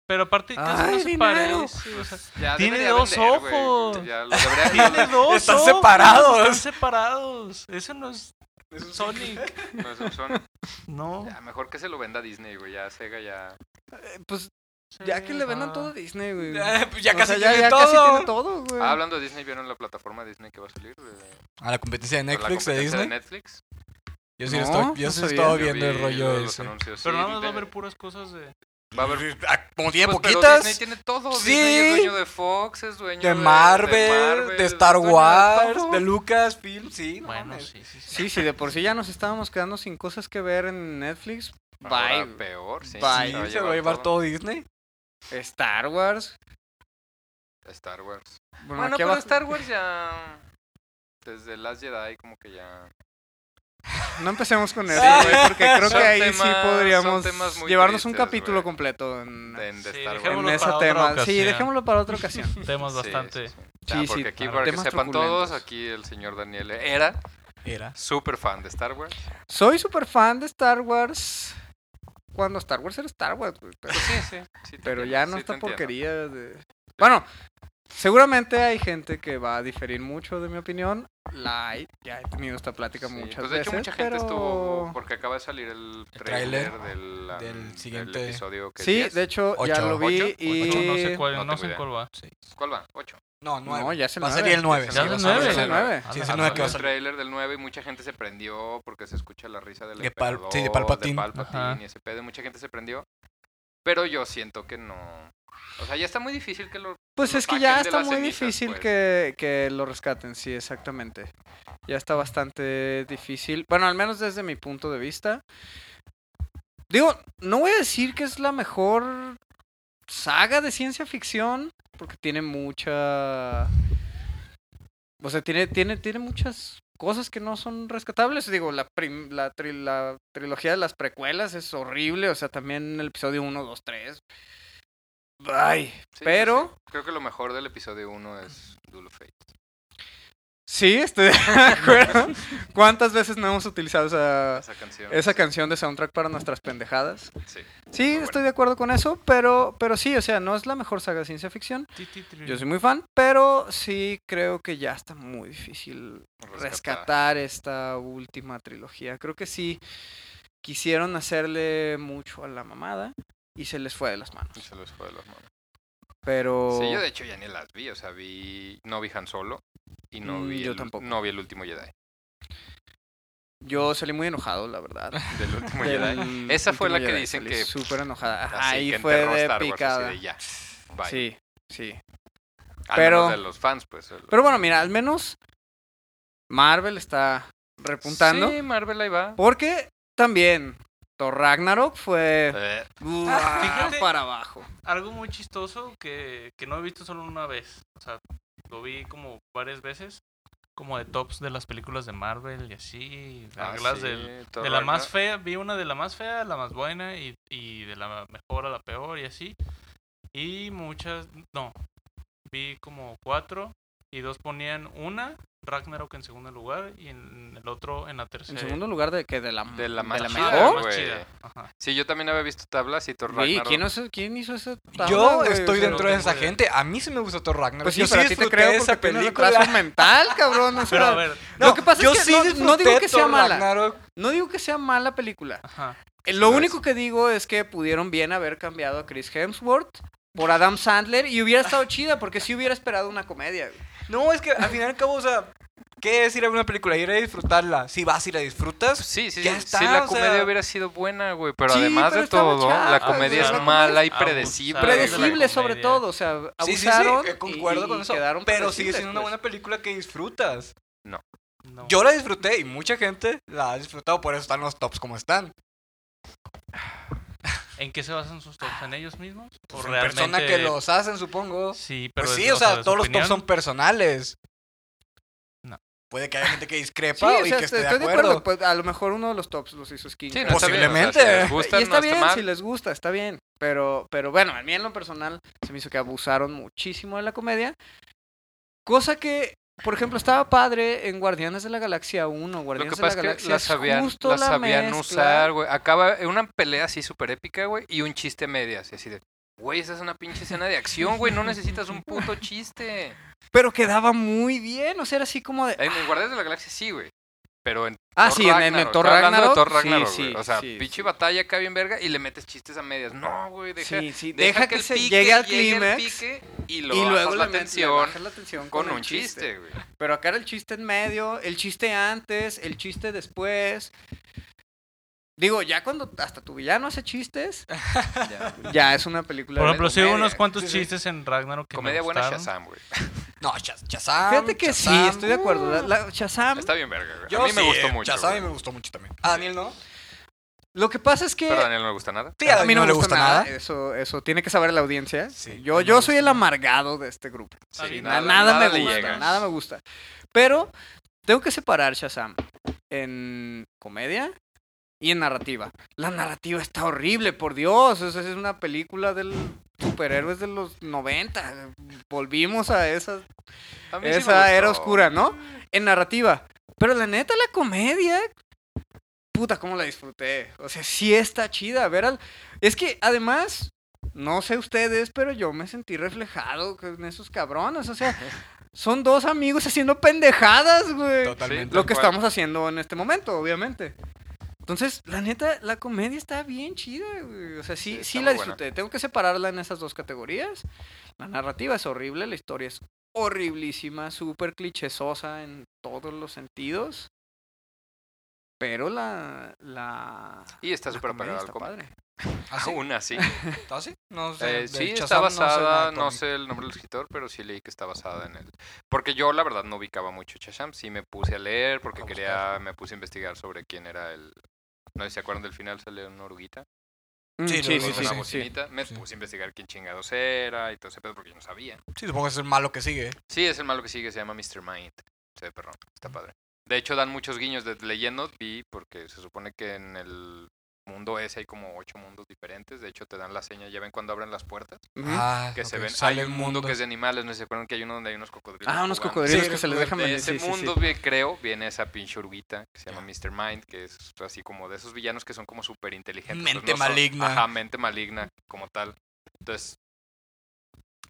Pero aparte, casi
Ay,
no se
dinero.
parece. o sea,
Pues,
Ya
Tiene
debería
dos
güey.
ojos.
Ya lo debería-
tiene dos.
Están
ojos,
separados.
Están separados. Eso no es Sonic.
no, eso son-
No.
ya, mejor que se lo venda Disney, güey. Ya Sega ya. Ah,
eh, Pues ya que le vendan
Ah.
todo a Disney, güey.
Eh, pues ya
O
casi
sea, ya,
tiene
ya
todo.
casi tiene todo,
Pues,
güey.
Ah, hablando de Disney, ¿vieron la plataforma Disney que va a salir? De,
A la competencia de
la
Netflix de
competencia
Disney.
Netflix.
Yo sí
No,
estoy, yo
no
sí
sabía.
estaba
Yo
viendo
vi
el rollo
los
ese.
anuncios,
Pero
sí,
nada más va a
de-
haber puras cosas de.
va a haber-
Ah, Como tiene
Pues, pero Disney
poquitas.
tiene todo.
Sí.
Disney es dueño de Fox, es dueño de,
De Marvel, de,
Marvel, es
Star
dueño de
Wars,
todo.
de Lucasfilm, sí. no
Bueno,
mames.
sí, sí, sí.
Sí, sí, de por sí ya nos estábamos quedando sin cosas que ver en Netflix.
Ahora
Bye. güey.
peor, sí.
Bye.
Sí, se va a llevar todo Disney.
Star Wars.
Star Wars.
Bueno,
Bueno,
aquí
pero
abajo-
Star Wars ya. Desde Last Jedi, como que ya.
No empecemos con eso,
Sí.
güey, porque creo
Son
que ahí sí
temas- son
podríamos
temas muy
llevarnos un
tristes,
capítulo
güey.
completo en,
De, de
Sí,
Star Wars.
en
Dejémoslo
ese
para otra
tema. Sí,
ocasión.
dejémoslo para otra ocasión.
Temas
Sí,
bastante.
sí, sí.
Sí,
Ah,
sí,
porque aquí,
claro.
para que
Temas
sepan todos,
truculentos.
aquí el señor Daniel era
Era.
súper fan de Star Wars.
Soy súper fan de Star Wars. Cuando Star Wars era Star Wars, güey, pero,
Pues Sí, sí, sí te
pero
entiendo,
ya no
sí te
está
entiendo.
porquería de... Bueno, seguramente hay gente que va a diferir mucho de mi opinión. La hay, ya he tenido esta plática
Sí,
muchas
pues de
veces,
hecho, mucha gente
pero-
estuvo. Porque acaba de salir el
tráiler
trailer del, um,
del
del
siguiente-
episodio que
Sí,
10.
de hecho, ya
Ocho.
lo vi
Ocho,
y...
Ocho, no sé cuál,
No
no,
tengo
sé
idea.
cuál va.
¿Cuál va? 8.
No,
No,
nueve.
ya es el
va a
nueve.
ser el 9.
Ya
Sí,
es el
va a salir
9.
el nueve.
Sí, es el nueve que va a
El
salir.
trailer del 9 y mucha gente se prendió porque se escucha la risa del
De Pal-
emperador,
sí, de Palpatine.
Palpatine
Ajá.
y ese pedo, y mucha gente se prendió. Pero yo siento que no. O sea, ya está muy difícil que lo.
Pues
lo
es que
saquen
ya
de
está
las
muy
cenizas,
difícil
pues.
que, que lo rescaten, sí, exactamente. Ya está bastante difícil. Bueno, al menos desde mi punto de vista. Digo, no voy a decir que es la mejor saga de ciencia ficción, porque tiene mucha... O sea, tiene, tiene, tiene muchas cosas que no son rescatables. Digo, la, prim- la, tri- la trilogía de las precuelas es horrible. O sea, también el episodio 1, 2, 3. Ay,
Sí,
pero...
sí, sí. Creo que lo mejor del episodio 1 es Duel of Fate.
Sí, estoy de acuerdo. ¿Cuántas veces no hemos utilizado esa,
Esa canción.
esa
sí,
canción de soundtrack para nuestras pendejadas?
Sí.
Sí,
Muy buena.
estoy de acuerdo con eso, pero, pero sí, o sea, no es la mejor saga de ciencia ficción.
Ti, ti, tri.
Yo soy muy fan, pero sí creo que ya está muy difícil
Rescatada.
rescatar esta última trilogía. Creo que sí quisieron hacerle mucho a la mamada y se les fue de las manos.
Y se les fue de las manos.
Pero
Sí, yo de hecho ya ni las vi. O sea, vi. No vi Han Solo. Y no
Mm,
vi.
yo
el,
tampoco.
No vi el último Jedi.
yo salí muy enojado, la verdad.
Del último Jedi.
del
Esa fue
último
la que
Jedi,
dicen
salí
que-
Súper enojada. Ajá,
Así
ahí
que
fue
enterró a
de
Star Wars, así
picada.
de ya. Bye.
Sí, sí.
Al
pero-
menos de los fans, pues. el-
Pero bueno, mira, al menos Marvel está repuntando.
Sí, Marvel ahí va.
Porque también Thor Ragnarok fue
Eh,
uah,
Fíjate.
para abajo.
Algo muy chistoso que, que no he visto solo una vez. O sea, lo vi como varias veces. Como de tops de las películas de Marvel y así.
ah,
reglas
sí,
del,
Thor
de la más
Ragnarok.
fea, vi una de la más fea a la más buena y, y de la mejor a la peor y así. Y muchas, no, vi como cuatro y dos ponían una, Ragnarok en segundo lugar y en el otro en la
En
tercera. Ah,
segundo lugar de que de la,
De la más chida,
mejor.
güey. Sí, yo también había visto tablas y Thor
Güey,
Ragnarok.
¿quién, hizo, ¿Quién hizo esa tabla,
Yo
güey? O
estoy
sea,
dentro
no
de esa
tengo idea.
gente. A mí se me gustó Thor Ragnarok.
Pues sí,
yo
pero a ti te
disfruté
creo
esa
porque tienes
película.
retraso mental, cabrón. o sea,
Pero a ver,
Lo que pasa es
yo
que
sí
no- no
disfruté
digo que sea
Thor
mala.
Ragnarok.
no digo que sea mala película.
ajá.
Eh,
Sí,
Lo
lo
único que digo es que pudieron bien haber cambiado a Chris Hemsworth por Adam Sandler y hubiera estado chida porque sí hubiera esperado una comedia. güey.
No, es que al final y al cabo, o sea, ¿qué es ir a ver una película? Ir a disfrutarla. Si vas y la disfrutas,
Sí, sí,
Ya
sí.
está,
si la
o
comedia
sea-
hubiera sido buena, güey. Pero
Sí,
además
pero
de
estaba
todo,
chata,
la comedia
güey, la
es
comedia
mala y
abusada.
predecible.
Claro,
predecible
la
sobre
comedia.
todo, o sea,
Sí, sí, sí,
abusaron
eh, concuerdo
y-
con
y
eso.
quedaron
Pero sigue siendo
predecibles,
una
pues.
buena película que disfrutas.
no.
Yo la disfruté y mucha gente la ha disfrutado, por eso están los tops como están.
¿En qué se basan sus tops? ¿En ellos mismos?
Pues en persona que los hacen, supongo.
Sí, pero
Pues
es-
sí, o sea,
su
todos los
opinión,
tops son personales.
No.
Puede que haya gente que
pues.
discrepa
Sí,
y
o sea,
que esté
estoy
de acuerdo.
pues, a lo mejor uno de los tops los hizo Skin.
Sí, no,
Pero-
está bien, o sea,
Posiblemente.
si les gusta,
y
no
está bien
mal.
si les gusta, está bien. Pero, pero bueno, a mí en lo personal se me hizo que abusaron muchísimo de la comedia. Cosa que, por ejemplo, estaba padre en Guardianes de la Galaxia 1,
Lo
Guardianes
que
de la
pasa es que
Galaxia
las
es
sabían,
justo
las
la
sabían
mezcla.
usar, güey. Acaba en una pelea así súper épica, güey, y un chiste a medias. Y así de, güey, esa es una pinche escena de acción, güey. No necesitas un puto chiste.
Pero quedaba muy bien, o sea, era así como de...
En el Guardianes de la Galaxia sí, güey. Pero en
Ah,
Thor
sí, en, en el
Ragnarok,
Thor
estoy hablando de
Ragnarok.
Thor
sí,
Ragnarok,
sí,
güey. O sea,
sí,
pinche
sí.
batalla acá bien verga y le metes chistes a medias. No, güey, deja,
Sí, sí,
deja
deja que,
el
se
pique
llegue al
al
clímax.
pique y,
y luego
la
le met- le
tensión
bajas la tensión
con un chiste, güey.
Pero acá era el chiste en medio, el chiste antes, el chiste después. Digo, ya cuando hasta tu villano hace chistes,
Ya.
ya es una película.
Por
de-
la
ejemplo, sí hubo
comedia.
unos cuantos
Sí, sí.
chistes en Ragnarok que me
Comedia buena
gustaron.
Shazam, güey.
No, Shaz- Shazam.
Fíjate que sí,
Shazam.
estoy de acuerdo. La, la- Shazam,
Está bien verga, güey.
Yo
A mí me
sí,
gustó
eh,
mucho.
Shazam a mí
güey.
me gustó mucho también. ¿A Daniel no?
lo que pasa es que
Pero a Daniel no le gusta nada.
Sí, a, mí no, le gusta nada.
Eso, eso tiene que saber la audiencia.
Sí,
yo yo
no me
soy
gusta
el
nada.
amargado de este grupo.
Sí,
Sí,
Na-
nada-
nada,
nada
me
le
gusta,
llega.
nada me gusta. Pero tengo que separar Shazam en comedia y en narrativa. La narrativa está horrible, por Dios. Es, es una película del superhéroes de los 90. Volvimos a esa,
A mí sí me
esa era
gustó.
oscura, ¿no? En narrativa. Pero la neta, la comedia. Puta, cómo la disfruté. O sea, sí está chida. Ver al... Es que además, no sé ustedes, pero yo me sentí reflejado en esos cabrones. O sea, son dos amigos haciendo pendejadas, güey.
Totalmente.
Lo que
cual.
estamos haciendo en este momento, obviamente. Entonces, la neta, la comedia está bien chida, güey. O sea, sí,
Sí,
sí,
está
la
muy buena.
disfruté. Tengo que separarla en esas dos categorías. La narrativa es horrible, la historia es horriblísima, súper clichésosa en todos los sentidos. Pero la. la
Y está
la
súper
comedia
apagada al
Ah, está
cómic.
padre.
¿Ah, sí?
Aún así.
¿Ah, sí? No sé.
Eh,
de
sí, está
Shazam no sé nada
basada,
de
no
cómic.
sé el nombre del escritor, pero sí leí que está basada en él. Porque yo, la verdad, no ubicaba mucho Shazam. Sí me puse a leer porque
A
quería, me puse a investigar sobre quién era el... No sé si se acuerdan del final, sale una oruguita.
Mm,
Sí,
Sí,
lo-
sí, sí.
lo-
con una
sí, sí.
bocinita. Me
sí.
puse a investigar quién chingados era y todo ese pedo porque yo no sabía.
Sí, supongo que es el malo que sigue.
Sí, es el malo que sigue, se llama Mr. Mind. Se ve perrón, está padre. De hecho, dan muchos guiños de leyendo, vi, porque se supone que en el mundo ese hay como ocho mundos diferentes. De hecho, te dan la seña, ya ven cuando abren las puertas,
Ujú.
Ah,
que se
ok,
ven.
sale
hay
el
un mundo que es de animales, ¿no se acuerdan que hay uno donde hay unos cocodrilos?
Ah, unos
jugando?
cocodrilos
Sí,
que se les
recuerdo.
dejan
De
venir.
ese
sí, sí, sí.
mundo, vi- creo, viene esa pinche uruguita que se llama Mr. Mind, que es así como de esos villanos que son como súper inteligentes.
Mente maligna.
ajá, mente maligna, como tal. Entonces,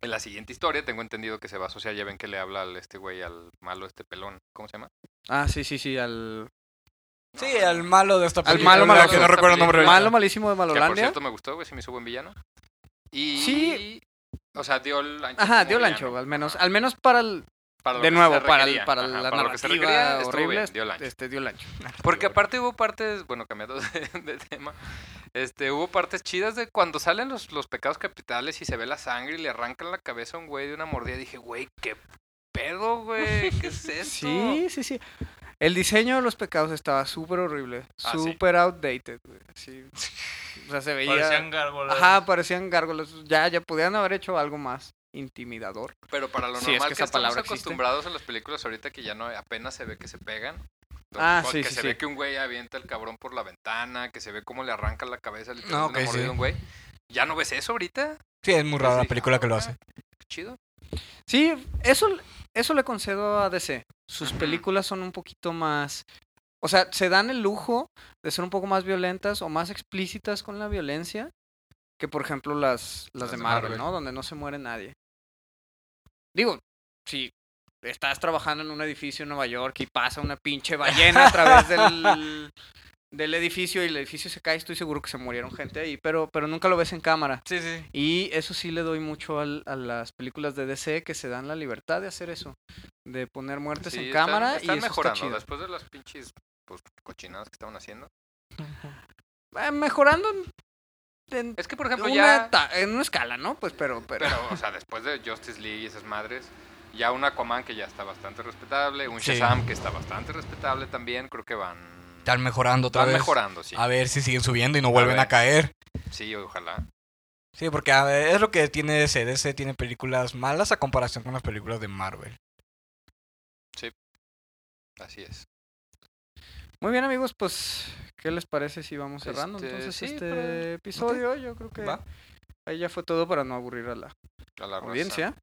en la siguiente historia tengo entendido que se va a asociar, ya ven que le habla al este güey, al malo este pelón, ¿cómo se llama?
Ah, sí, sí, sí. Al
Sí, al malo de esta
Al
película.
malo,
la que
malo
no
de
recuerdo el
esta
nombre.
película.
malo
ahorita.
malísimo de
Que por
Malolandia.
cierto me gustó, güey, se me hizo buen villano. Y...
Sí.
O sea, dio el ancho.
Ajá,
como
dio el
villano.
ancho, al menos.
Ajá.
Al menos para el.
Para lo
de
que
nuevo,
se
para, el-
requería.
para
Ajá,
la
para lo que se
narrativa
requería, estuvo
horrible.
bien, dio el ancho.
Este, dio el ancho.
Porque aparte hubo partes, bueno, cambiando de, de tema, este, hubo partes chidas de cuando salen los, los pecados capitales y se ve la sangre y le arrancan la cabeza a un güey de una mordida. Dije, güey, qué pedo, güey, ¿qué es eso?
Sí, sí, sí. El diseño de los pecados estaba súper horrible.
Ah, sí.
súper outdated, güey. Sí. O sea, se veía.
Parecían gárgolas.
Ajá, parecían gárgolas. Ya, ya podían haber hecho algo más intimidador.
Pero para lo normal
Sí, es que
que,
esa
estamos
palabra existe.
acostumbrados en las películas ahorita que ya no apenas se ve que se pegan.
Ah,
Con-
sí,
que
sí,
se
sí.
ve que un güey avienta el cabrón por la ventana, que se ve cómo le arranca la cabeza le
Ah, ok, sí.
un güey. ¿Ya no ves eso ahorita?
Sí, es muy rara la película que lo hace.
Qué Chido.
Sí, eso, eso le concedo a DC. Sus
Ujú.
películas son un poquito más. O sea, se dan el lujo de ser un poco más violentas o más explícitas con la violencia que, por ejemplo, las, las, de Marvel, ¿no? Donde no se muere nadie. Digo, si estás trabajando en un edificio en Nueva York y pasa una pinche ballena a través del, del edificio y el edificio se cae, estoy seguro que se murieron gente ahí, pero, pero nunca lo ves en cámara.
Sí, sí.
Y eso sí le doy mucho al- a las películas de DC que se dan la libertad de hacer eso, de poner muertes
Sí,
en
están-
cámara
están
y eso
mejorando.
está chido.
Después de las pinches pues, cochinadas que estaban haciendo.
Eh, mejorando en, en
Es que, por ejemplo,
una,
ya.
eta- en una escala, ¿no? Pues pero, pero,
Pero, o sea, después de Justice League y esas madres, ya un Aquaman que ya está bastante respetable, un
Sí.
Shazam que está bastante respetable también, creo que van.
Están mejorando otra
van
vez.
mejorando, sí.
A ver si siguen subiendo y no vuelven
ver.
a caer.
Sí, ojalá.
Sí, porque a ver, es lo que tiene DC. DC tiene películas malas a comparación con las películas de Marvel.
Así es.
Muy bien, amigos, pues ¿qué les parece si vamos cerrando
Este,
entonces
sí,
este
por el-
episodio? Yo creo que
¿Va?
ahí ya fue todo para no aburrir a la
A la raza.
audiencia.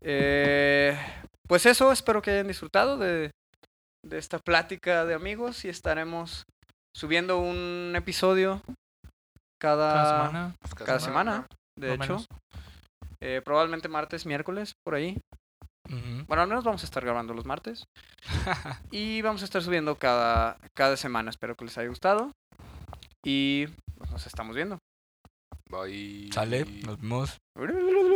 Eh, pues eso, espero que hayan disfrutado de, de esta plática de amigos y estaremos subiendo un episodio cada,
Cada semana.
Pues
cada semana, de
más
hecho.
o menos.
Eh, probablemente martes, miércoles, por ahí.
Ujú.
Bueno, al menos vamos a estar grabando los martes. y vamos a estar subiendo cada, cada semana. Espero que les haya gustado. Y pues, nos estamos viendo.
Bye.
Sale, nos vemos.